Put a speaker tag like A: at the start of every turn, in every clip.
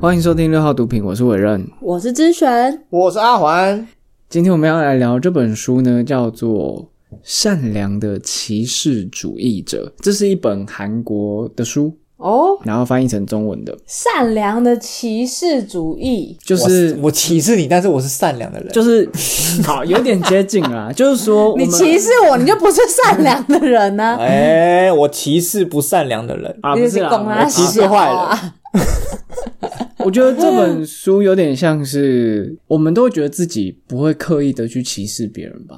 A: 欢迎收听六号毒品，我是伟任。
B: 我是之璇，
C: 我是阿环，
A: 今天我们要来聊这本书呢，叫做《善良的歧视主义者》，这是一本韩国的书，
B: 哦，
A: 然后翻译成中文的，
B: 善良的骑士主义，
A: 就是
C: 我我歧视你，但是我是善良的人。
A: 就是 好有点接近啦，就是说我
B: 你
A: 们
B: 歧视我，你就不是善良的人啊呢、
C: 哎、我歧视不善良的人。
A: 啊
B: 你
A: 不
B: 就是是
A: 啦
B: 公
A: 我
B: 啊，
C: 歧视坏人
B: 了。
A: 我觉得这本书有点像是我们都会觉得自己不会刻意的去歧视别人吧，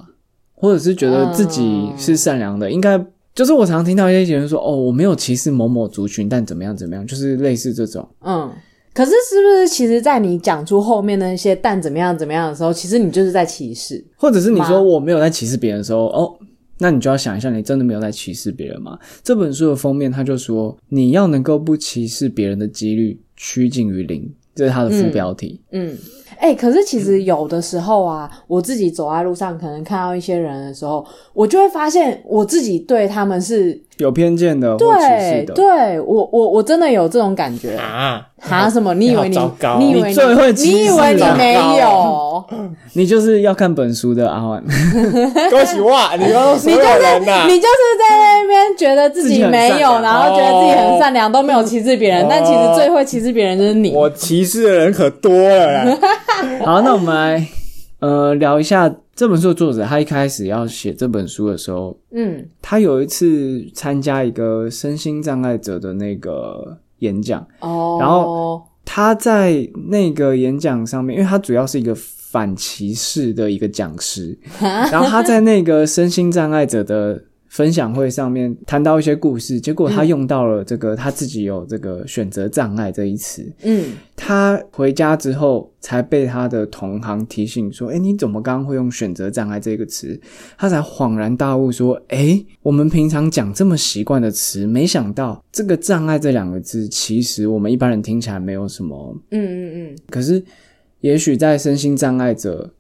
A: 或者是觉得自己是善良
B: 哦
A: 的，应该就是我常听到一些人说哦，我没有歧视某某族群，但怎么样怎么样，就是类似这种。
B: 嗯，可是是不是其实，在你讲出后面那些但怎么样怎么样的时候，其实你就是在歧视。
A: 或者是你说
B: 吗
A: 我没有在歧视别人的时候，哦，那你就要想一下，你真的没有在歧视别人吗？这本书的封面他就说，你要能够不歧视别人的几率趋近于零，这是它的副标题。
B: 嗯，哎、可是其实有的时候啊，我自己走在路上，可能看到一些人的时候，我就会发现我自己对他们是
A: 有偏见的或歧视
B: 对，
A: 的，
B: 对我我我真的有这种感觉。
C: 啊，
B: 哈什么？你以为
C: 你
B: 你
C: 好糟糕
B: 你以为
A: 你最会歧视
B: 你以为你
A: 人
B: 没有？
A: 你就是要看本书的阿万，
C: 啊恭 喜哇！你刚刚
B: 你
C: 所有
B: 就是
C: 人啊呐、
B: 你就是在那边觉得自己没
A: 自己很
B: 有
A: 善良，
B: 然后觉得自己很善良，都没有歧视别人
C: 哦，
B: 但其实最会歧视别人就是你。
C: 我歧视的人可多了啦。
A: 好，那我们来呃聊一下这本书的作者，他一开始要写这本书的时候，
B: 嗯
A: 他有一次参加一个身心障碍者的那个演讲，
B: 哦，
A: 然后他在那个演讲上面，因为他主要是一个反歧视的一个讲师，然后他在那个身心障碍者的分享会上面谈到一些故事，结果他用到了这个、他自己有这个选择障碍这一词，
B: 嗯
A: 他回家之后才被他的同行提醒说：“哎，你怎么刚刚会用选择障碍这个词？”他才恍然大悟说：“哎，我们平常讲这么习惯的词，没想到这个障碍这两个字，其实我们一般人听起来没有什么，
B: 嗯嗯嗯，
A: 可是也许在身心障碍者，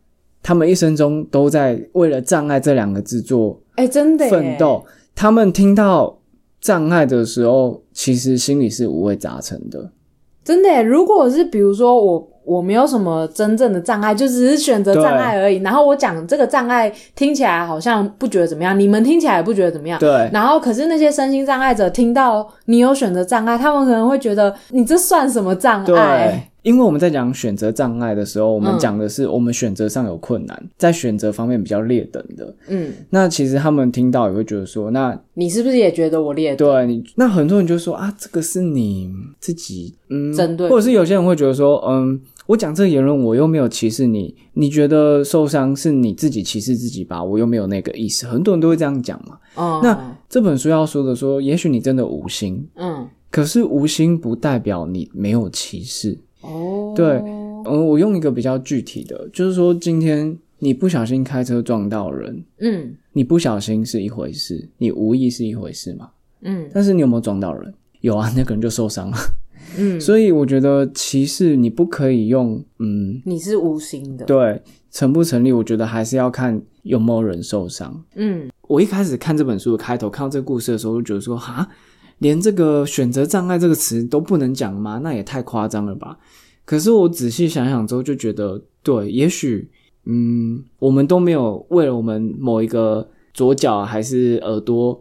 A: 他们一生中都在为了障碍这两个字做
B: 哎，真的耶
A: 奋。斗。他们听到障碍的时候，其实心里是五味杂陈的。”
B: 真的耶，如果是比如说我我没有什么真正的障碍，就只是选择障碍而已。然后我讲这个障碍听起来好像不觉得怎么样，你们听起来也不觉得怎么样。
A: 对
B: 然后可是那些身心障碍者听到你有选择障碍，他们可能会觉得你这算什么障
A: 对
B: 碍？，
A: 因为我们在讲选择障碍的时候，我们
B: 嗯
A: 讲的是我们选择上有困难，在选择方面比较劣等的。
B: 嗯，
A: 那其实他们听到也会觉得说，那
B: 你是不是也觉得我劣等？
A: 对你，那很多人就说啊，这个是你自己嗯
B: 针对
A: 或者是有些人会觉得说，嗯，我讲这个言论，我又没有歧视你，你觉得受伤是你自己歧视自己吧，我又没有那个意思。很多人都会这样讲嘛。
B: 嗯，
A: 那这本书要说的说，也许你真的无心，
B: 嗯
A: 可是无心不代表你没有歧视。
B: 哦，
A: 对嗯，我用一个比较具体的，就是说，今天你不小心开车撞到人，
B: 嗯
A: 你不小心是一回事，你无意是一回事嘛。
B: 嗯
A: 但是你有没有撞到人？有啊，那个人就受伤了。
B: 嗯，
A: 所以我觉得歧视你不可以用，嗯，
B: 你是无心的，
A: 对，成不成立，我觉得还是要看有没有人受伤。
B: 嗯
A: 我一开始看这本书的开头，看到这个故事的时候，就觉得说，哈，连这个选择障碍这个词都不能讲吗？那也太夸张了吧！可是我仔细想想之后，就觉得，对，也许，嗯，我们都没有为了我们某一个左脚还是耳朵，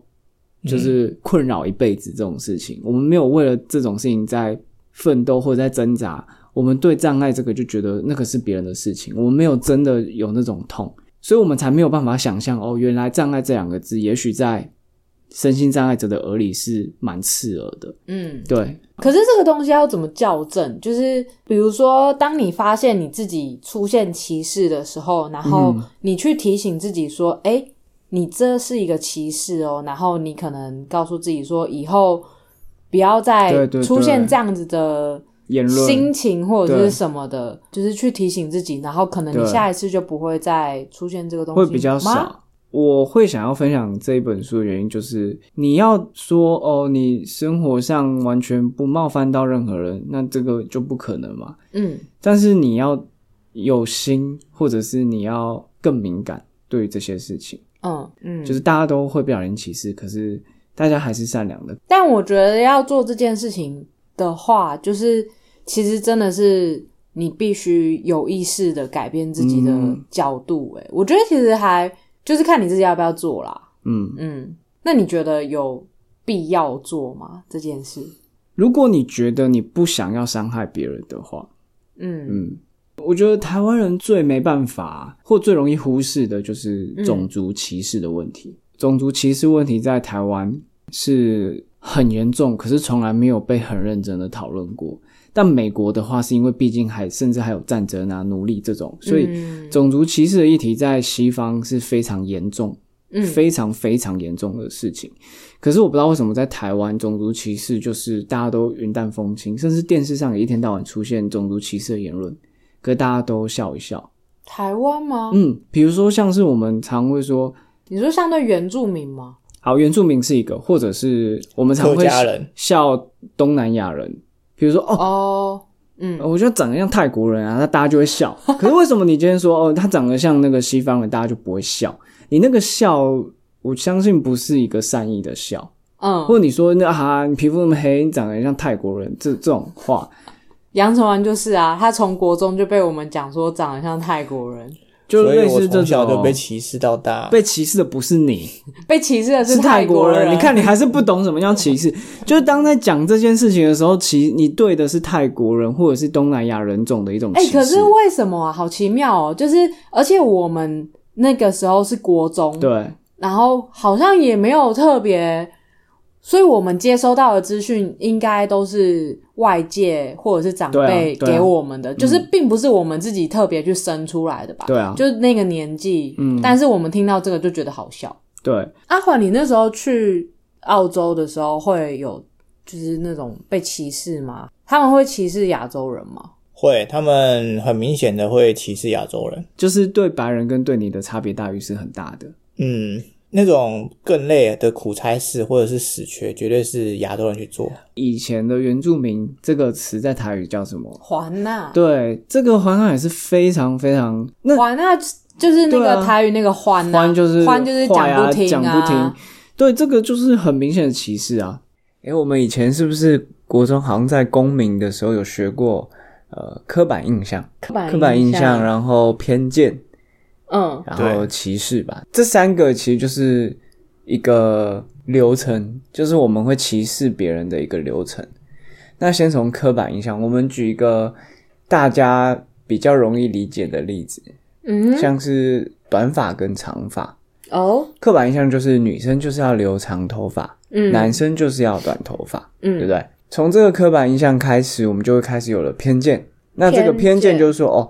A: 就是困扰一辈子这种事情，我们没有为了这种事情在奋斗或者在挣扎。我们对障碍这个就觉得那个是别人的事情，我们没有真的有那种痛。所以我们才没有办法想象哦，原来障碍这两个字，也许在身心障碍者的耳里是蛮刺耳的。
B: 嗯。
A: 对，
B: 可是这个东西要怎么校正？就是比如说，当你发现你自己出现歧视的时候，然后
A: 嗯
B: 你去提醒自己说：“哎、你这是一个歧视哦。”然后你可能告诉自己说：“以后不要
A: 对
B: 再
A: 对对
B: 出现这样子的
A: 言论
B: 心情或者
A: 对
B: 是什么的，就是去提醒自己，然后可能你
A: 对
B: 下一次就不会再出现这个东西，
A: 会比较
B: 吗。
A: 少。我会想要分享这一本书的原因，就是你要说哦，你生活上完全不冒犯到任何人，那这个就不可能嘛。
B: 嗯
A: 但是你要有心，或者是你要更敏感对于这些事情，
B: 嗯嗯，
A: 就是大家都会不小心歧视，可是大家还是善良的。
B: 但我觉得要做这件事情的话，就是其实真的是你必须有意识的改变自己的
A: 嗯
B: 角度、欸。哎、我觉得其实还就是看你自己要不要做啦。
A: 嗯，
B: 嗯，那你觉得有必要做吗？这件事？
A: 如果你觉得你不想要伤害别人的话，
B: 嗯
A: 嗯，我觉得台湾人最没办法或最容易忽视的就是种族歧视的问题。种族歧视问题在台湾是很严重，可是从来没有被很认真的讨论过。但美国的话，是因为毕竟还甚至还有战争啊、奴隶这种，所以
B: 嗯
A: 种族歧视的议题在西方是非常严重。
B: 嗯
A: 非常非常严重的事情。可是我不知道为什么在台湾种族歧视就是大家都云淡风轻，甚至电视上也一天到晚出现种族歧视的言论，可是大家都笑一笑。
C: 哦
B: 台湾吗？
A: 嗯，比如说像是我们常会说，
B: 你说相对原住民吗？
A: 好原住民是一个，或者是我们常
C: 客
A: 会
C: 家人
A: 笑东南亚人，比如说哦。
B: 哦，嗯，
A: 我觉得长得像泰国人啊，那大家就会 笑。可是为什么你今天说哦，他长得像那个西方人，大家就不会笑？你那个笑，我相信不是一个善意的笑。
B: 嗯，
A: 或者你说那啊，你皮肤那么黑，你长得很像泰国人，这这种话
B: 杨成完就是啊，他从国中就被我们讲说长得像泰国人，
A: 就
C: 所以
A: 类
C: 我
A: 似这
C: 从小就
A: 种
C: 被歧视到大。
A: 被歧视的不是你，
B: 被歧视的
A: 是
B: 泰
A: 泰
B: 国
A: 国人。你看，
B: 你
A: 你还是不懂什么叫 歧视。就是当在讲这件事情的时候，其你对的是泰国人或者是东南亚人种的一种
B: 哎、
A: 歧视。
B: 可是为什么啊？好奇妙哦，就是而且我们那个时候是国中，
A: 对，
B: 然后好像也没有特别，所以我们接收到的资讯应该都是外界或者是长辈
A: 对啊对啊
B: 给我们的，就是并不是我们自己特别去生出来的吧？
A: 对啊
B: 就是那个年纪，嗯，但是我们听到这个就觉得好笑。
A: 对，
B: 阿环，你那时候去澳洲的时候会有就是那种被歧视吗？他们会歧视亚洲人吗？
C: 会，他们很明显的会歧视亚洲人。
A: 就是对白人跟对你的差别待遇是很大的。
C: 嗯，那种更累的苦差事或者是死缺，绝对是亚洲人去做。
A: 以前的原住民这个词在台语叫什么？
B: 环呐、
A: 对，这个环海是非常非常那
B: 环呐、就是那
A: 对
B: 个
A: 啊
B: 台语那个欢呐、
A: 欢就是
B: 欢就是
A: 坏
B: 讲
A: 啊
B: 不听
A: 讲不听对，这个就是很明显的歧视啊。诶、我们以前是不是国中好像在公民的时候有学过呃刻板印象、
B: 刻板
A: 刻板印象，啊
B: 象，
A: 然后偏见，
B: 嗯
A: 然
C: 对
A: 后歧视吧？这三个其实就是一个流程，就是我们会歧视别人的一个流程。那先从刻板印象，我们举一个大家比较容易理解的例子，
B: 嗯，
A: 像是短发跟长发。
B: 哦，
A: 刻板印象就是女生就是要留长头发，
B: 嗯，
A: 男生就是要短头发，对不
B: 嗯
A: 对？从这个刻板印象开始，我们就会开始有了偏见。那这个
B: 偏
A: 偏
B: 见
A: 见就是说，哦，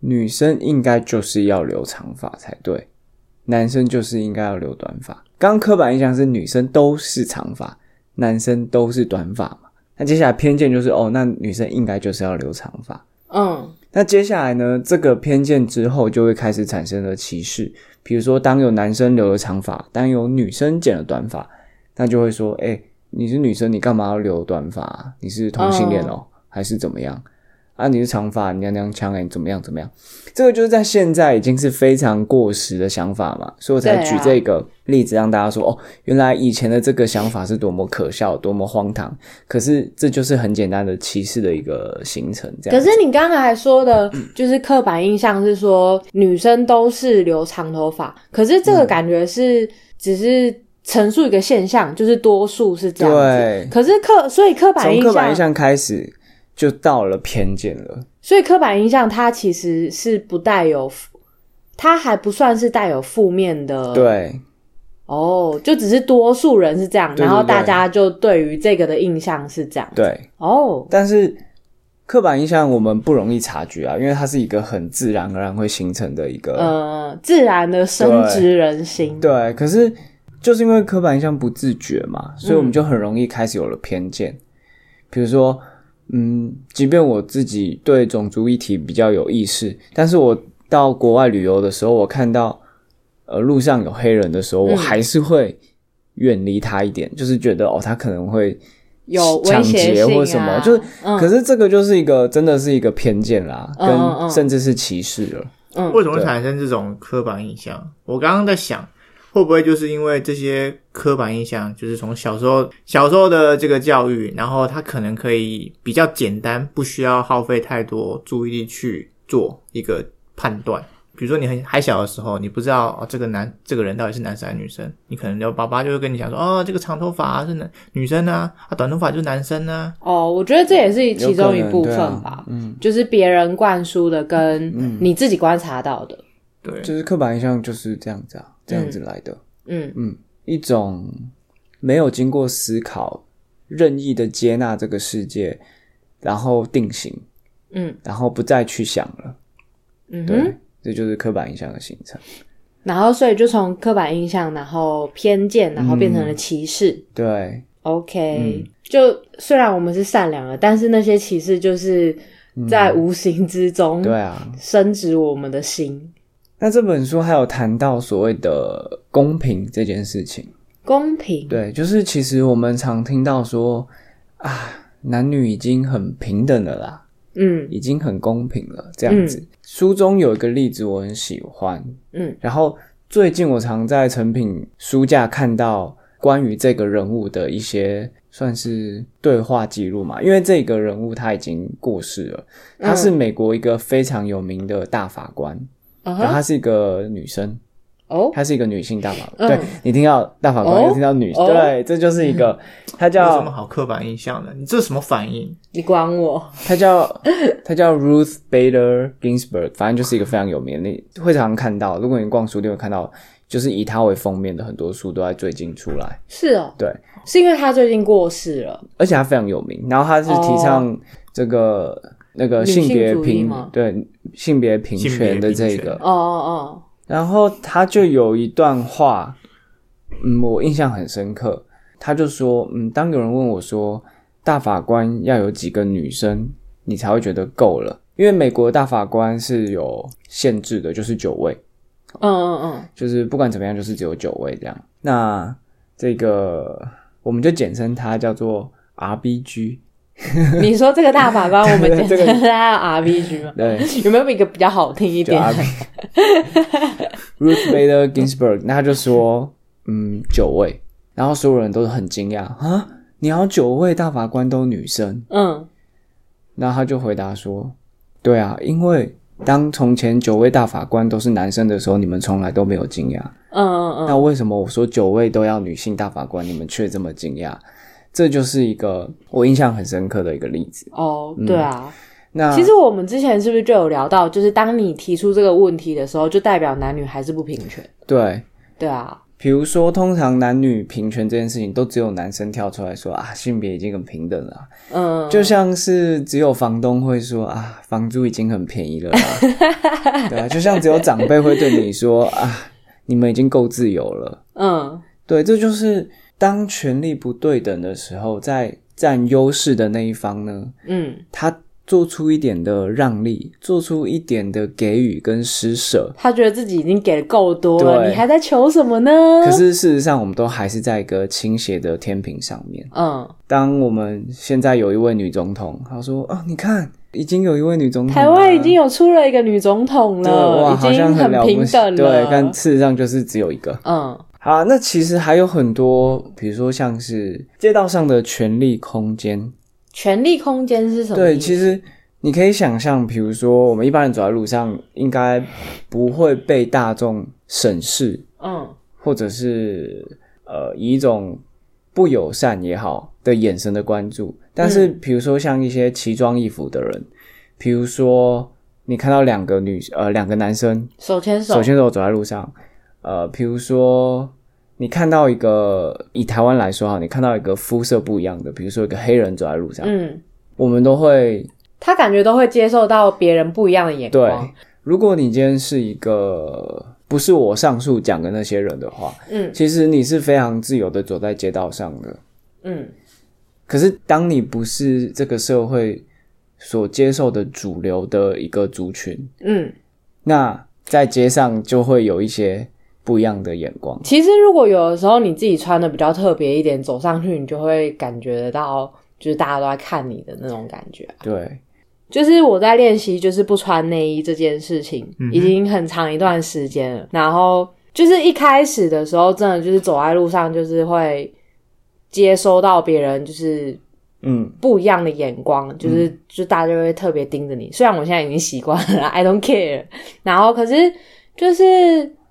A: 女生应该就是要留长发才对，男生就是应该要留短发。刚刚刻板印象是女生都是长发，男生都是短发嘛。那接下来偏见就是，哦，那女生应该就是要留长发。
B: 嗯
A: 那接下来呢，这个偏见之后就会开始产生了歧视，比如说当有男生留了长发，当有女生剪了短发，那就会说，哎、你是女生，你干嘛要留短发啊、你是同性恋哦，还是怎么样？啊，你是长发，你娘娘腔哎、你怎么样怎么样？这个就是在现在已经是非常过时的想法嘛，所以我才
B: 对啊
A: 举这个例子让大家说，哦，原来以前的这个想法是多么可笑，多么荒唐。可是这就是很简单的歧视的一个形成，这样
B: 可
A: 子。
B: 是你刚才说的，就是刻板印象是说女生都是留长头发，可是这个感觉是、只是陈述一个现象，就是多数是这样子
A: 对。
B: 可是刻，所以刻板
A: 从
B: 印
A: 刻
B: 象，
A: 板印象开始，就到了偏见了。
B: 所以刻板印象它其实是不带有，它还不算是带有负面的。，
A: 对
B: 哦，就只是多数人是这样，
A: 对
B: 然后
A: 对
B: 大家就对于这个的印象是这样。
A: 对，
B: 哦，
A: 但是刻板印象我们不容易察觉啊，因为它是一个很自然而然会形成的一个。
B: 呃，自然的深植人心。
A: 对，可是就是因为刻板印象不自觉
B: 嗯
A: 嘛，所以我们就很容易开始有了偏见。比如说，嗯，即便我自己对种族议题比较有意识，但是我到国外旅游的时候，我看到呃路上有黑人的时候，我
B: 嗯
A: 还是会远离他一点，就是觉得哦，他可能会
B: 有威
A: 抢
B: 胁
A: 劫
B: 性
A: 或
B: 啊，
A: 什么，就是。
B: 嗯
A: 可是这个就是一个真的是一个偏见啦，
B: 嗯嗯嗯
A: 跟甚至是歧视了。
B: 嗯
D: 为什么会产生这种刻板印象？我刚刚在想，
C: 会不会就是因为这些刻板印象，就是从小时候小时候的这个教育，然后他可能可以比较简单，不需要耗费太多注意力去做一个判断。比如说你很还小的时候，你不知道哦这个男这个人到底是男生还是女生，你可能就爸爸就会跟你讲说，哦这个长头发是男女生啊，啊短头发就是男生啊，
B: 哦，我觉得这也是
A: 有
B: 其
A: 可
B: 中一
A: 能
B: 部
A: 对
B: 分
A: 啊
B: 吧，
A: 嗯，
B: 就是别人灌输的跟你自己观察到的，
C: 对，
A: 就是刻板印象就是这样子啊，这样子来的，
B: 嗯
A: 一种没有经过思考、任意的接纳这个世界，然后定型，
B: 嗯
A: 然后不再去想了，
B: 嗯
A: 对，
B: 哼，
A: 这就是刻板印象的形成。
B: 然后所以就从刻板印象，然后偏见，然后变成了歧视。
A: 嗯对，
B: OK，、就
A: 嗯
B: 虽然我们是善良的，但是那些歧视就是在无形之
A: 嗯
B: 中
A: 对啊，
B: 深植我们的心。
A: 那这本书还有谈到所谓的公平这件事情。
B: 公平，
A: 对，就是其实我们常听到说啊，男女已经很平等了啦，
B: 嗯
A: 已经很公平了这样子。书中有一个例子我很喜欢，
B: 嗯，
A: 然后最近我常在成品书架看到关于这个人物的一些算是对话记录嘛，因为这个人物他已经过世了，他是美国一个非常有名的大法官，
B: 嗯
A: 然后
B: 哼，
A: 她是一个女生。
B: 哦，
A: 她是一个女性大法
B: 嗯
A: 官，对你听到大法官，
B: 哦
A: 又听到女，
B: 哦
A: 对，这就是一个，她
C: 有什么
A: 叫
C: 好刻板印象的？你这什么反应？
B: 你管我？
A: 她叫 她叫 Ruth Bader Ginsburg，反正就是一个非常有名的，你会常看到，如果你逛书店会看到，就是以她为封面的很多书都在最近出来，
B: 是哦，
A: 对，
B: 是因为他最近过世了。
A: 而且她非常有名，然后她是提倡这个、那个
B: 哦女性
A: 性别
B: 主义
A: 平
B: 吗
A: 对性别平
C: 性别
A: 权的
C: 平
A: 这
C: 权
A: 个，
B: 哦哦
A: 然后他就有一段话，嗯，我印象很深刻。他就说，嗯，当有人问我说，大法官要有几个女生，你才会觉得够了？因为美国大法官是有限制的，就是九位，
B: 哦，嗯嗯
A: 就是不管怎么样，就是只有九位这样。那这个我们就简称它叫做 RBG。
B: 嗯，你说这个大法官，我们简
A: 这个
B: 称他 RPG 吗？
A: 对，
B: 有没有比一个比较好听一
A: 就
B: 点？
A: 阿 Ruth Bader Ginsburg，那他就说，嗯，九位，然后所有人都很惊讶啊，你要九位大法官都女生？
B: 嗯，
A: 那他就回答说，对啊，因为当从前九位大法官都是男生的时候，你们从来都没有惊讶，
B: 嗯嗯
A: 那为什么我说九位都要女性大法官，你们却这么惊讶？这就是一个我印象很深刻的一个例子
B: 嗯，。哦，对啊，
A: 那
B: 其实我们之前是不是就有聊到，就是当你提出这个问题的时候，就代表男女还是不平权，
A: 对，
B: 对啊，
A: 比如说，通常男女平权这件事情，都只有男生跳出来说啊，性别已经很平等了啊、
B: 嗯，
A: 就像是只有房东会说啊，房租已经很便宜了啦，对啊，就像只有长辈会对你说啊，你们已经够自由了。
B: 嗯
A: 对，这就是当权力不对等的时候，在占优势的那一方呢，
B: 嗯，
A: 他做出一点的让利，做出一点的给予跟施舍，
B: 他觉得自己已经给的够多了，
A: 对
B: 你还在求什么呢？
A: 可，是事实上，我们都还是在一个倾斜的天平上面。
B: 嗯，
A: 当我们现在有一位女总统，她说：“哦，你看，已经有一位女总统了，
B: 台湾已经有出了一个女总统
A: 嗯对哇，
B: 了，已
A: 好
B: 经
A: 像很了不
B: 平
A: 起
B: 等
A: 对
B: 了，，
A: 但事实上就是只有一个。
B: 嗯
A: 好啊，那其实还有很多，比如说像是街道上的权力空间。
B: 权力空间是什么
A: 对，
B: 意思？
A: 其实你可以想象，比如说我们一般人走在路上，应该不会被大众审视，
B: 嗯
A: 或者是呃以一种不友善也好的眼神的关注。但是比如说像一些奇装异服的人，比如说你看到两个女呃两个男生
B: 手牵手，
A: 手牵手走在路上，呃，比如说。你看到一个以台湾来说哈，你看到一个肤色不一样的，比如说一个黑人走在路上，
B: 嗯，
A: 我们都会
B: 他感觉都会接受到别人不一样的眼
A: 对
B: 光，。
A: 如果你今天是一个不是我上述讲的那些人的话，
B: 嗯
A: 其实你是非常自由的走在街道上的。
B: 嗯
A: 可是当你不是这个社会所接受的主流的一个族群，
B: 嗯。
A: 那在街上就会有一些不一样的眼光。
B: 其实，如果有的时候你自己穿的比较特别一点，走上去你就会感觉得到，就是大家都在看你的那种感觉。
A: 对，
B: 就是我在练习，就是不穿内衣这件事情，
C: 嗯哼
B: 已经很长一段时间了。然后就是一开始的时候，真的就是走在路上，就是会接收到别人就是
A: 嗯，
B: 不一样的眼光，就是、
C: 嗯
B: 就大家就会特别盯着你。虽然我现在已经习惯了，I don't care。然后可是就是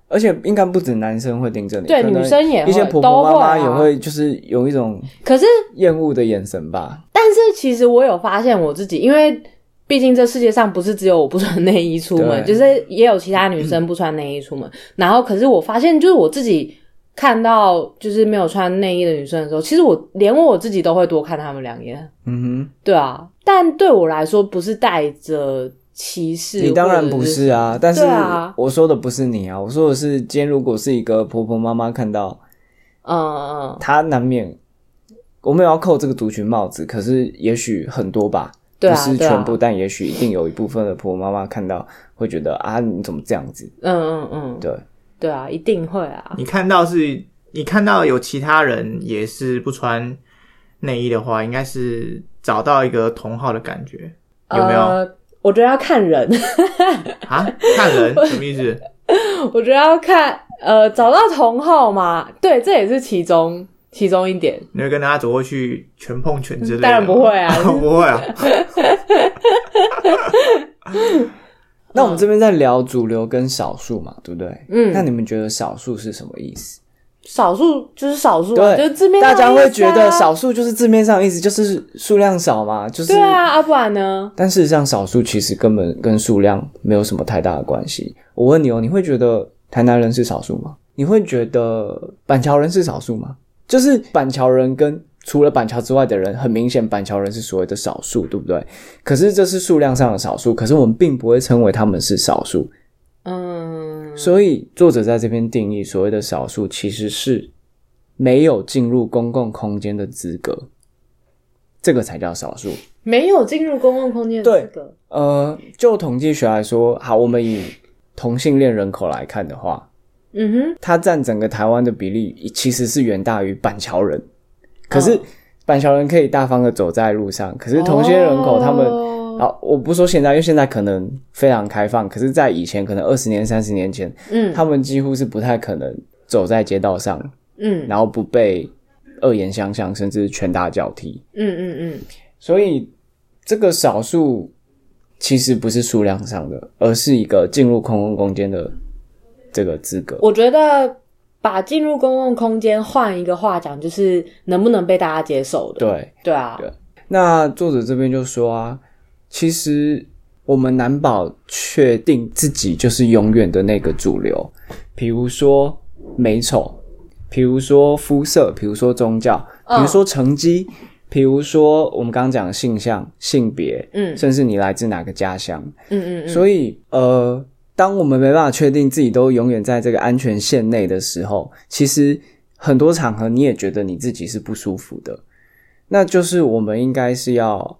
A: 而且应该不止男生会盯着你，
B: 对
A: 可能
B: 女生也会
A: 一些婆婆妈妈也
B: 都会啊
A: 会，就是有一种
B: 可是
A: 厌恶的眼神吧。
B: 但是其实我有发现我自己，因为毕竟这世界上不是只有我不穿内衣出门，
A: 对
B: 就是也有其他女生不穿内衣出门。 然后可是我发现，就是我自己看到就是没有穿内衣的女生的时候，其实我连我自己都会多看她们两眼。
A: 嗯
B: 对啊，但对我来说不是带着歧视，
A: 哼，你当然
B: 或者
A: 不是啊，但是
B: 对啊
A: 我说的不是你啊，我说的是今天如果是一个婆婆妈妈看到，
B: 嗯嗯，
A: 她难免我没有要扣这个族群帽子，可是也许很多吧，
B: 对
A: 不
B: 啊，
A: 是
B: 对
A: 全
B: 啊，
A: 部，但也许一定有一部分的婆婆妈妈看到会觉得啊，你怎么这样子？
B: 嗯嗯嗯，
A: 对，
B: 对啊，一定会啊，
C: 你看到是，你看到有其他人也是不穿内衣的话，应该是找到一个同号的感觉，有没有
B: 呃我觉得要看人。
C: 啊？看人什么意思？
B: 我觉得要看呃找到同号嘛，对，这也是其中其中一点。
C: 你会跟他走过去拳碰拳之类的吗？
B: 当然不会啊
C: 不会啊。
A: 那我们这边在聊主流跟少数嘛，对不对？
B: 嗯
A: 那你们觉得少数是什么意思？
B: 少数就是少数
A: 对，
B: 啊，就是字面上
A: 大
B: 的
A: 家会
B: 意思
A: 觉
B: 啊
A: 得少数就是字面上的意思，就是数量少嘛，就是。
B: 对啊，啊不然呢？
A: 但事实上，少数其实根本跟数量没有什么太大的关系。我问你哦，你会觉得台南人是少数吗？你会觉得板桥人是少数吗？就是板桥人跟除了板桥之外的人，很明显板桥人是所谓的少数，对不对？可是这是数量上的少数，可是我们并不会称为他们是少数。
B: 嗯，
A: 所以作者在这边定义所谓的少数，其实是没有进入公共空间的资格，这个才叫少数。
B: 没有进入公共空间的
A: 对
B: 资格。
A: 呃，就统计学来说，好，我们以同性恋人口来看的话，
B: 嗯哼，
A: 它占整个台湾的比例其实是远大于板桥人，可是
B: 哦
A: 板桥人可以大方的走在路上，可是同性恋人口他们。
B: 们
A: 好，我不说现在，因为现在可能非常开放，可是，在以前，可能二十年、三十年前，
B: 嗯
A: 他们几乎是不太可能走在街道上，
B: 嗯
A: 然后不被恶言相向，甚至拳打脚踢。
B: 嗯嗯
A: 所以这个少数其实不是数量上的，而是一个进入公共空间的这个资格。
B: 我觉得把进入公共空间换一个话讲，就是能不能被大家接受的。
A: 对，
B: 对啊，
A: 对那作者这边就说啊，其实我们难保确定自己就是永远的那个主流，比如说美丑，比如说肤色，比如说宗教，比
B: 嗯
A: 如说成绩，比如说我们刚刚讲的性向、性别，
B: 嗯
A: 甚至你来自哪个家乡。
B: 嗯嗯嗯，
A: 所以呃，当我们没办法确定自己都永远在这个安全线内的时候，其实很多场合你也觉得你自己是不舒服的，那就是我们应该是要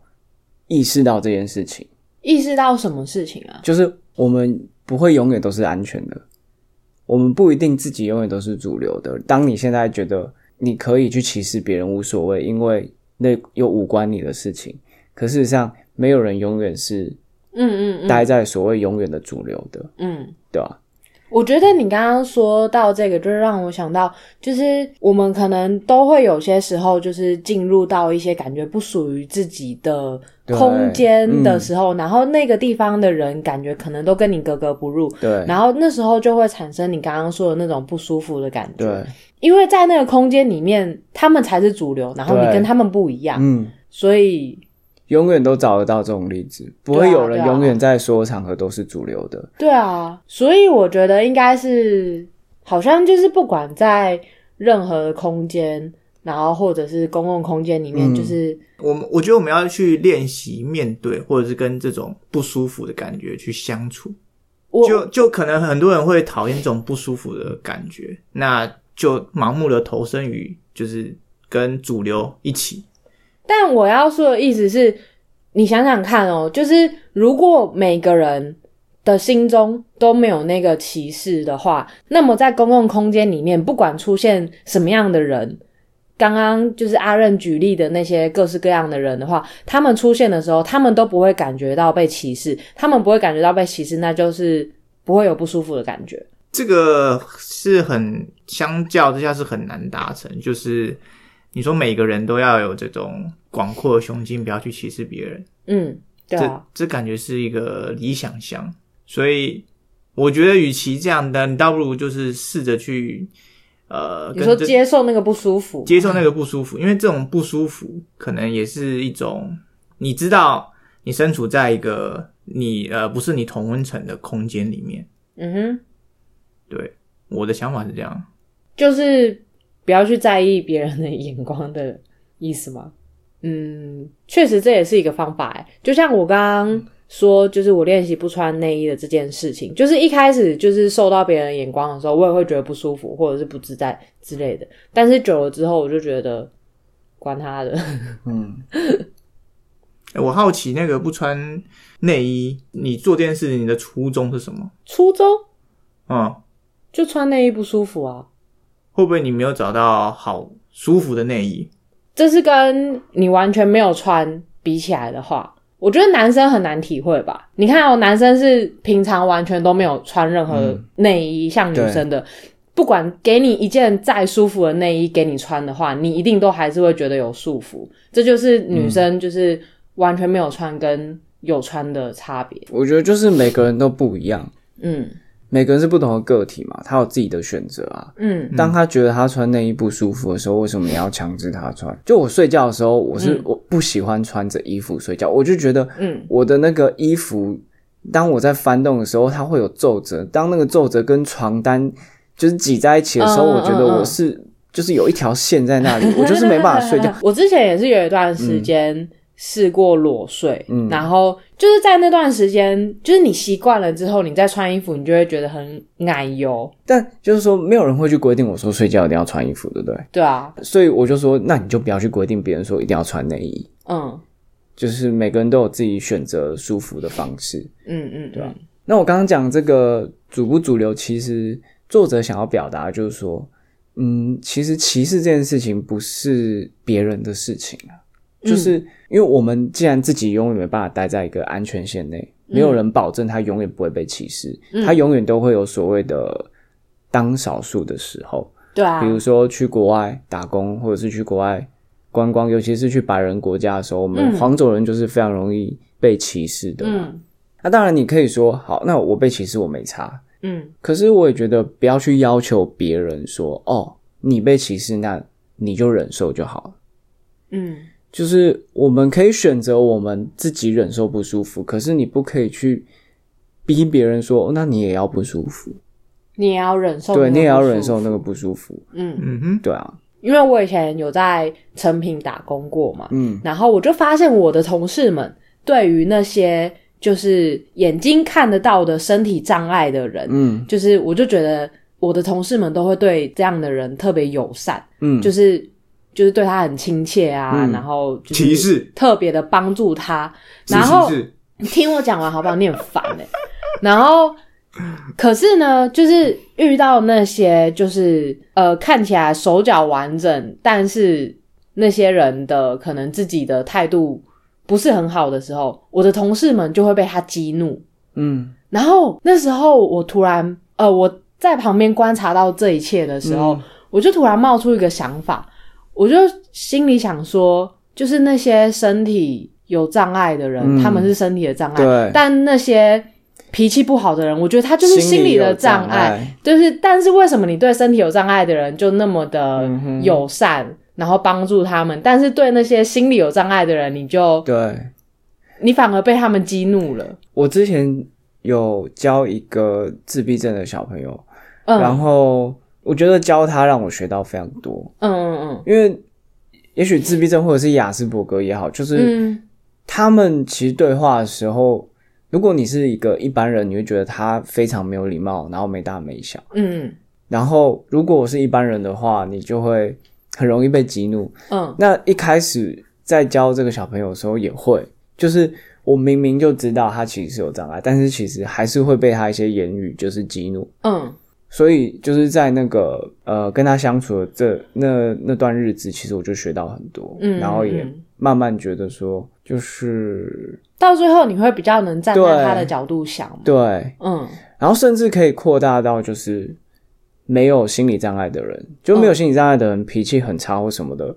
A: 意识到这件事情，
B: 意识到什么事情啊？
A: 就是我们不会永远都是安全的，我们不一定自己永远都是主流的。当你现在觉得你可以去歧视别人无所谓，因为那又无关你的事情，可事实上没有人永远是
B: 嗯嗯嗯
A: 待在所谓永远的主流的，
B: 嗯。
A: 对吧、
B: 我觉得你刚刚说到这个，就是让我想到，就是我们可能都会有些时候，就是进入到一些感觉不属于自己的
A: 对
B: 空间的时候，然后那个地方的人感觉可能都跟你格格不入，
A: 对，
B: 然后那时候就会产生你刚刚说的那种不舒服的感觉。
A: 对，，
B: 因为在那个空间里面，他们才是主流，然后你
A: 对
B: 跟他们不一样，
A: 嗯，
B: 所以
A: 永远都找得到这种例子，不
B: 对
A: 会
B: 啊
A: 有
B: 对
A: 人
B: 啊
A: 永远在所有场合都是主流的。
B: 对啊，所以我觉得应该是，好像就是不管在任何空间，然后或者是公共空间里面，
A: 嗯
B: 就是
C: 我们我觉得我们要去练习面对，或者是跟这种不舒服的感觉去相处。
B: 我
C: 就就可能很多人会讨厌这种不舒服的感觉，那就盲目的投身于就是跟主流一起。
B: 但我要说的意思是，你想想看哦，就是如果每个人的心中都没有那个歧视的话，那么在公共空间里面，不管出现什么样的人，刚刚就是阿任举例的那些各式各样的人的话，他们出现的时候，他们都不会感觉到被歧视，他们不会感觉到被歧视，那就是不会有不舒服的感觉。
C: 这个是很相较之下是很难达成，就是你说每个人都要有这种广阔的胸襟，不要去歧视别人，
B: 嗯，对啊，
C: 这这感觉是一个理想乡，所以我觉得与其这样的，你倒不如就是试着去呃，
B: 你
C: 跟
B: 说
C: 这
B: 接受那个不舒服，
C: 接受那个不舒服，因为这种不舒服可能也是一种，你知道你身处在一个你呃不是你同温层的空间里面，
B: 嗯哼，
C: 对，我的想法是这样，
B: 就是不要去在意别人的眼光的意思吗？嗯，确实这也是一个方法、欸。就像我刚刚说，就是我练习不穿内衣的这件事情，就是一开始就是受到别人的眼光的时候，我也会觉得不舒服或者是不自在之类的。但是久了之后，我就觉得管他的，
A: 嗯，
C: 诶我好奇那个不穿内衣，你做这件事情你的初衷是什么？
B: 初中
C: 嗯，
B: 就穿内衣不舒服啊。
C: 会不会你没有找到好舒服的内衣？
B: 这是跟你完全没有穿比起来的话，我觉得男生很难体会吧。你看哦，男生是平常完全都没有穿任何
A: 嗯
B: 内衣，像女生的，不管给你一件再舒服的内衣给你穿的话，你一定都还是会觉得有束缚。这就是女生就是完全没有穿跟有穿的差别。
A: 我觉得就是每个人都不一样，
B: 嗯
A: 每个人是不同的个体嘛，他有自己的选择啊。
B: 嗯
A: 当他觉得他穿内衣不舒服的时候，为什么你要强制他穿？就我睡觉的时候，我是、
B: 嗯
A: 我不喜欢穿着衣服睡觉，我就觉得
B: 嗯
A: 我的那个衣服，当我在翻动的时候，它会有皱褶，当那个皱褶跟床单就是挤在一起的时候，
B: 嗯嗯
A: 我觉得
B: 嗯嗯
A: 我是就是有一条线在那里， 我就是没办法睡觉。
B: 我之前也是有一段时间试过裸睡，
A: 嗯
B: 然后就是在那段时间，就是你习惯了之后，你再穿衣服，你就会觉得很奶油，
A: 但就是说，没有人会去规定我说睡觉一定要穿衣服，对不对？
B: 对啊，
A: 所以我就说，那你就不要去规定别人说一定要穿内衣，
B: 嗯
A: 就是每个人都有自己选择舒服的方式。
B: 嗯嗯，对啊，
A: 那我刚刚讲这个主不主流，其实作者想要表达就是说，嗯，其实歧视这件事情不是别人的事情啊，就是
B: 嗯
A: 因为我们既然自己永远没办法待在一个安全线内，
B: 嗯
A: 没有人保证他永远不会被歧视，他永远都会有所谓的当少数的时候，
B: 对啊
A: 比，如说去国外打工，或者是去国外观光，尤其是去白人国家的时候，我们
B: 嗯
A: 黄种人就是非常容易被歧视的。
B: 嗯
A: 那当然，你可以说好，那我被歧视我没差，
B: 嗯
A: 可是我也觉得不要去要求别人说哦，你被歧视，那你就忍受就好了。
B: 嗯
A: 就是我们可以选择我们自己忍受不舒服，可是你不可以去逼别人说，哦那你也要不舒服，
B: 你也要忍受，
A: 对你也要忍哦受，那个不舒服，
B: 嗯，
C: 嗯哼，
A: 对啊，
B: 因为我以前有在成品打工过嘛，
A: 嗯
B: 然后我就发现我的同事们对于那些就是眼睛看得到的身体障碍的人，
A: 嗯
B: 就是我就觉得我的同事们都会对这样的人特别友善，
A: 嗯，
B: 就是是就是对他很亲切啊，
A: 嗯
B: 然后就是
C: 歧视
B: 特别的帮助他，然后
C: 是是是
B: 你听我讲完好不好？你很烦哎、 然后，可是呢，就是遇到那些就是呃看起来手脚完整，但是那些人的可能自己的态度不是很好的时候，我的同事们就会被他激怒。
A: 嗯
B: 然后那时候我突然呃我在旁边观察到这一切的时候，
A: 嗯
B: 我就突然冒出一个想法，我就心里想说，就是那些身体有障碍的人，
A: 嗯
B: 他们是身体的障碍
A: 对，
B: 但那些脾气不好的人，我觉得他就是心理的
A: 有障
B: 障碍。，就是，但是为什么你对身体有障碍的人就那么的
A: 嗯哼
B: 友善，然后帮助他们，但是对那些心理有障碍的人，你就
A: 对。
B: 你反而被他们激怒了。
A: 我之前有教一个自闭症的小朋友，
B: 嗯，
A: 然后我觉得教他让我学到非常多，
B: 嗯嗯
A: 因为也许自闭症或者是雅斯伯格也好，就是
B: 嗯
A: 他们其实对话的时候，如果你是一个一般人，你会觉得他非常没有礼貌，然后没大没小；
B: 嗯嗯
A: 然后如果我是一般人的话，你就会很容易被激怒。
B: 嗯
A: 那一开始在教这个小朋友的时候也会，就是我明明就知道他其实是有障碍，但是其实还是会被他一些言语就是激怒。
B: 嗯
A: 所以就是在那个呃跟他相处的这那那段日子，其实我就学到很多，
B: 嗯，
A: 然后也
B: 嗯
A: 慢慢觉得说，就是
B: 到最后你会比较能站在
A: 对
B: 他的角度想嘛。
A: 对，
B: 嗯，
A: 然后甚至可以扩大到就是没有心理障碍的人，就没有心理障碍的人脾气很差或什么的，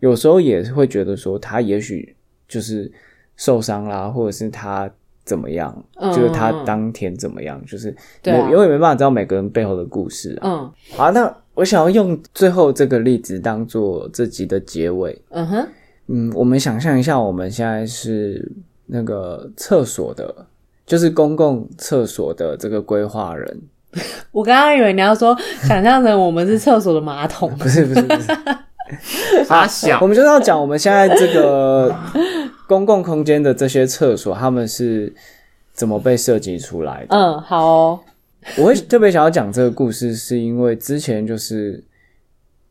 A: 有时候也会觉得说他也许就是受伤啦，或者是他怎么样，
B: 嗯
A: 就是他当天怎么样，就是
B: 对啊
A: 我永远没办法知道每个人背后的故事啊。
B: 嗯
A: 好啊，那我想要用最后这个例子当做这集的结尾。
B: 嗯哼，
A: 嗯，我们想象一下，我们现在是那个厕所的，就是公共厕所的这个规划人，
B: 我刚刚以为你要说想象成我们是厕所的马桶，
A: 不是不是不是，
C: 傻
A: 我
C: 小，
A: 们就是要讲我们现在这个公共空间的这些厕所，他们是怎么被设计出来的。
B: 嗯，好哦，
A: 我会特别想要讲这个故事，是因为之前就是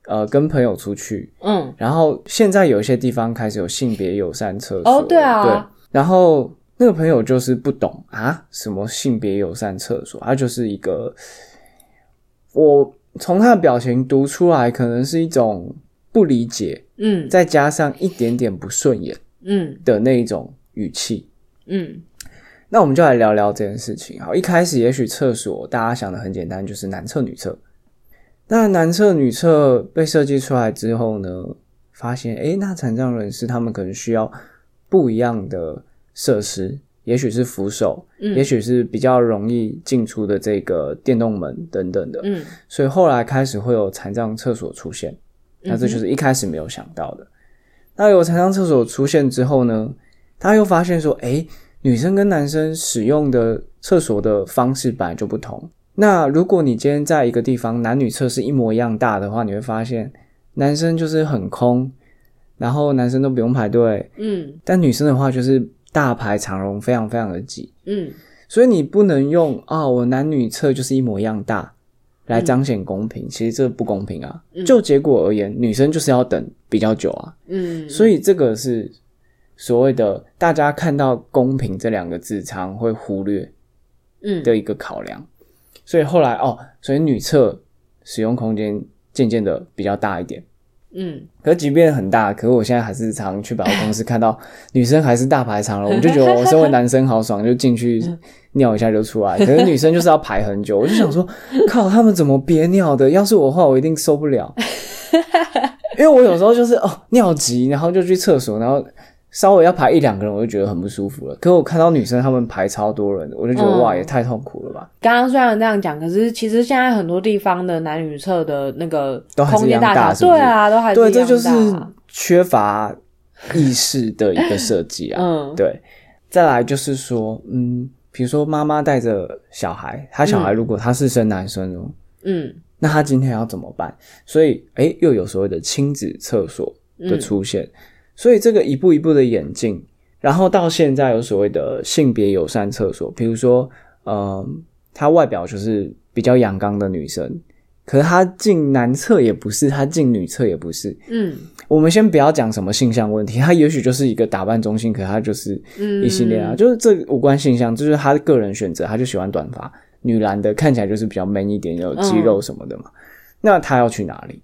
A: 呃跟朋友出去，
B: 嗯
A: 然后现在有一些地方开始有性别友善厕所。
B: 哦对啊
A: 对然后那个朋友就是不懂啊，什么性别友善厕所，他就是一个，我从他的表情读出来，可能是一种不理解，
B: 嗯
A: 再加上一点点不顺眼
B: 嗯
A: 的那一种语气。
B: 嗯
A: 那我们就来聊聊这件事情。好，一开始也许厕所大家想的很简单，就是男厕女厕。那男厕女厕被设计出来之后呢，发现诶，那残障人士他们可能需要不一样的设施，也许是扶手，
B: 嗯
A: 也许是比较容易进出的这个电动门等等的。
B: 嗯
A: 所以后来开始会有残障厕所出现，
B: 嗯哼
A: 那这就是一开始没有想到的。那有残障厕所出现之后呢，他又发现说，诶，女生跟男生使用的厕所的方式本来就不同。那如果你今天在一个地方男女厕是一模一样大的话，你会发现男生就是很空，然后男生都不用排队，
B: 嗯
A: 但女生的话就是大排长龙，非常非常的挤。
B: 嗯
A: 所以你不能用啊、我男女厕就是一模一样大来彰显公平，其实这不公平啊。
B: 嗯
A: 就结果而言，女生就是要等比较久啊，
B: 嗯，
A: 所以这个是所谓的大家看到“公平”这两个字常会忽略
B: 嗯
A: 的一个考量。所以后来哦，所以女厕使用空间渐渐的比较大一点。
B: 嗯
A: 可即便很大，可我现在还是常去百货公司看到女生还是大排长 龙，我就觉得我身为男生好爽，就进去尿一下就出来。可是女生就是要排很 久，我就想说，靠，他们怎么憋尿的？要是我的话，我一定受不 了。因为我有时候就是哦尿急，然后就去厕所，然后稍微要排一两个人，我就觉得很不舒服了。可我看到女生她们排超多人的，我就觉得、
B: 嗯
A: 哇，也太痛苦了吧。
B: 刚刚虽然这样讲，可是其实现在很多地方的男女厕的那个
A: 都还是
B: 空
A: 一
B: 间
A: 样大
B: 小，
A: 是不是
B: 对啊，都还是
A: 对，
B: 一
A: 这
B: 样
A: 就是
B: 大
A: 缺乏意识的一个设计 啊。
B: 嗯
A: 对，再来就是说，嗯，比如说妈妈带着小孩，她小孩如果他是生男生哦，
B: 嗯
A: 那他今天要怎么办？所以，诶，又有所谓的亲子厕所
B: 嗯
A: 的出现，所以这个一步一步的演进，然后到现在有所谓的性别友善厕所，比如说，呃，她外表就是比较阳刚的女生。可是她进男厕也不是，她进女厕也不是，
B: 嗯
A: 我们先不要讲什么性向问题，他也许就是一个打扮中性，可他就是
B: 嗯
A: 异性恋啊，就是这无关性向，就是他个人选择，他就喜欢短发女篮的，看起来就是比较 man 一点，有肌肉什么的嘛。那他要去哪里，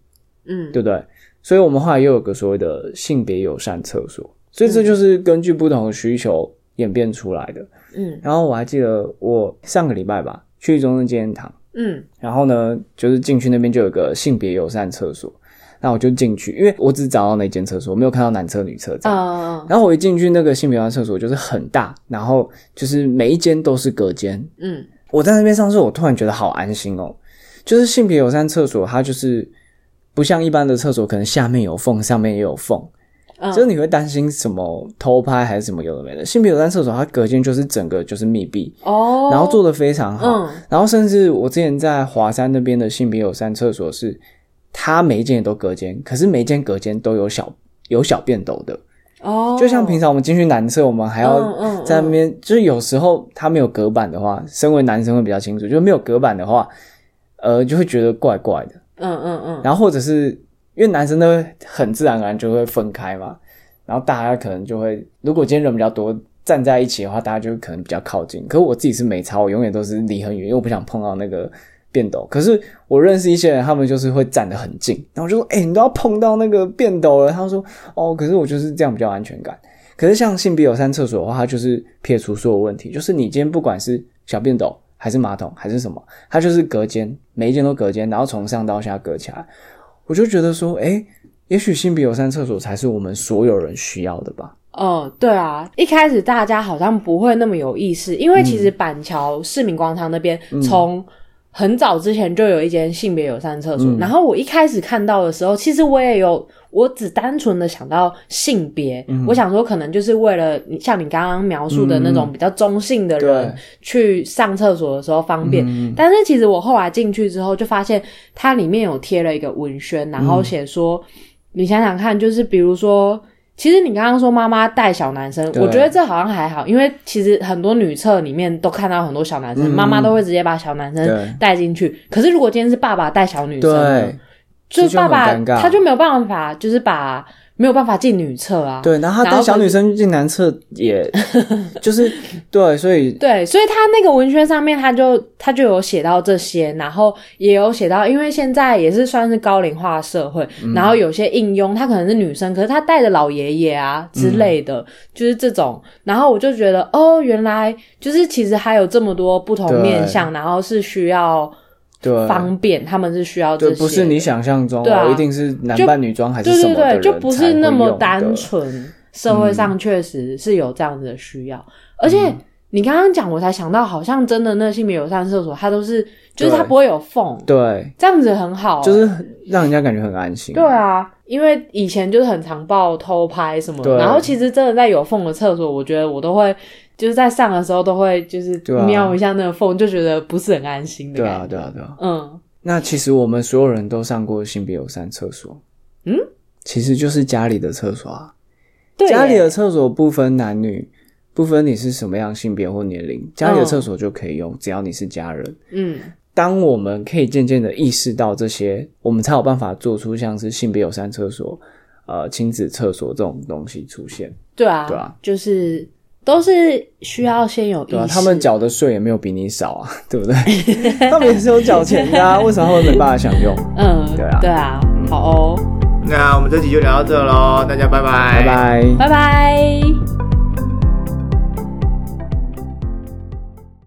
B: 嗯
A: 对不对？所以我们后来又有个所谓的性别友善厕所，所以这就是根据不同的需求演变出来的。
B: 嗯
A: 然后我还记得我上个礼拜吧，去中正纪念堂。
B: 嗯
A: 然后呢，就是进去那边就有个性别友善厕所，那我就进去，因为我只找到那间厕所，我没有看到男厕女厕这样。
B: 啊
A: 然后我一进去那个性别友善厕所就是很大，然后就是每一间都是隔间。
B: 嗯
A: 我在那边上厕，我突然觉得好安心哦。就是性别友善厕所，它就是不像一般的厕所，可能下面有缝，上面也有缝，
B: 嗯，
A: 就是你会担心什么偷拍还是什么有的没的。性别友善厕所它隔间就是整个就是密闭，
B: 哦，
A: 然后做的非常好。
B: 嗯
A: 然后甚至我之前在华山那边的性别友善厕所是，它每一间也都隔间，可是每一间隔间都有小有小便斗的，
B: 哦，
A: 就像平常我们进去男厕，我们还
B: 嗯嗯
A: 要
B: 嗯
A: 在那边，就是有时候它没有隔板的话，身为男生会比较清楚，就是没有隔板的话，呃，就会觉得怪怪的。
B: 嗯嗯嗯，
A: 然后或者是因为男生都会很自然而然就会分开嘛，然后大家可能就会，如果今天人比较多站在一起的话，大家就可能比较靠近。可是我自己是没差，我永远都是离很远，因为我不想碰到那个便斗。可是我认识一些人，他们就是会站得很近，然后我就说：“哎、你都要碰到那个便斗了。”他说：“哦，可是我就是这样比较有安全感。”可可是像性别友善厕所的话，它就是撇除所有问题，就是你今天不管是小便斗还是马桶还是什么，它就是隔间，每一间都隔间，然后从上到下隔起来。我就觉得说，诶、也许性别友善厕所才是我们所有人需要的吧。
B: 哦，对啊，一开始大家好像不会那么有意识，因为其实
A: 嗯
B: 板桥市民广场那边从很早之前就有一间性别友善厕所，
A: 嗯
B: 然后我一开始看到的时候，其实我也有，我只单纯的想到性别，
A: 嗯
B: 我想说可能就是为了你像你刚刚描述的那种比较中性的人、
A: 嗯对
B: 去上厕所的时候方便，
A: 嗯
B: 但是其实我后来进去之后，就发现它里面有贴了一个文宣，然
A: 嗯
B: 后写说，你想想看，就是比如说，其实你刚刚说妈妈带小男生，
A: 对
B: 我觉得这好像还好，因为其实很多女厕里面都看到很多小男生，
A: 嗯
B: 妈妈都会直接把小男生
A: 对
B: 带进去。可是如果今天是爸爸带小嗯女生啊呢，
A: 对这
B: 就是
A: 就
B: 爸
A: 很
B: 爸
A: 尴尬
B: 他就没有办法，就是把没有办法进女厕啊。
A: 对，然后他
B: 然
A: 带
B: 后
A: 小
B: 可是
A: 女生进男厕 也，就是对，所以
B: 对，所以他那个文宣上面，他就他就有写到这些，然后也有写到，因为现在也是算是高龄化社会，
A: 嗯
B: 然后有些应用，他可能是女生，可是他带着老爷爷啊之类的，
A: 嗯
B: 就是这种。然后我就觉得，哦，原来就是其实还有这么多不同
A: 对
B: 面向，然后是需要
A: 对
B: 方便，他们是需要这
A: 对，
B: 些，
A: 不是你，想象中，
B: 对啊
A: 我一定是男
B: 就
A: 扮女装还是
B: 对
A: 什
B: 对
A: 么的
B: 对，
A: 人
B: 就不
A: 才
B: 是
A: 会
B: 那么
A: 用的嗯
B: 单纯。社会上确实是有这样子的需要，而且你刚刚讲，我才想到，好像真的那性别友善厕所，它都是就是它
A: 对
B: 不会有缝，
A: 对，
B: 这样子很好、
A: 就是让人家感觉很安心。
B: 哦对啊，因为以前就是很常报偷拍什么的，
A: 对
B: 然后其实真的在有缝的厕所，我觉得我都会就是在上的时候都会就是
A: 对啊
B: 瞄一下那个缝，就觉得不是很安心的
A: 对
B: 感
A: 啊，
B: 觉。
A: 对啊，对啊。
B: 嗯，
A: 那其实我们所有人都上过性别友善厕所，
B: 嗯，
A: 其实就是家里的厕所啊。
B: 对耶，
A: 家里的厕所不分男女，不分你是什么样性别或年龄，家里的厕所就可以用，只要你是家人。
B: 嗯
A: 当我们可以渐渐的意识到这些，我们才有办法做出像是性别友善厕所、呃亲子厕所这种东西出现。
B: 对啊，
A: 对啊
B: 就是都是需要先有意识。
A: 对啊，他们缴的税也没有比你少啊，对不对？ 他们也是有缴钱的啊，为什么他们没办法享用？
B: 嗯，
A: 对啊
B: 对啊，好哦，
C: 那我们这集就聊到这喽，大家拜拜，
A: 拜拜。
B: 拜拜。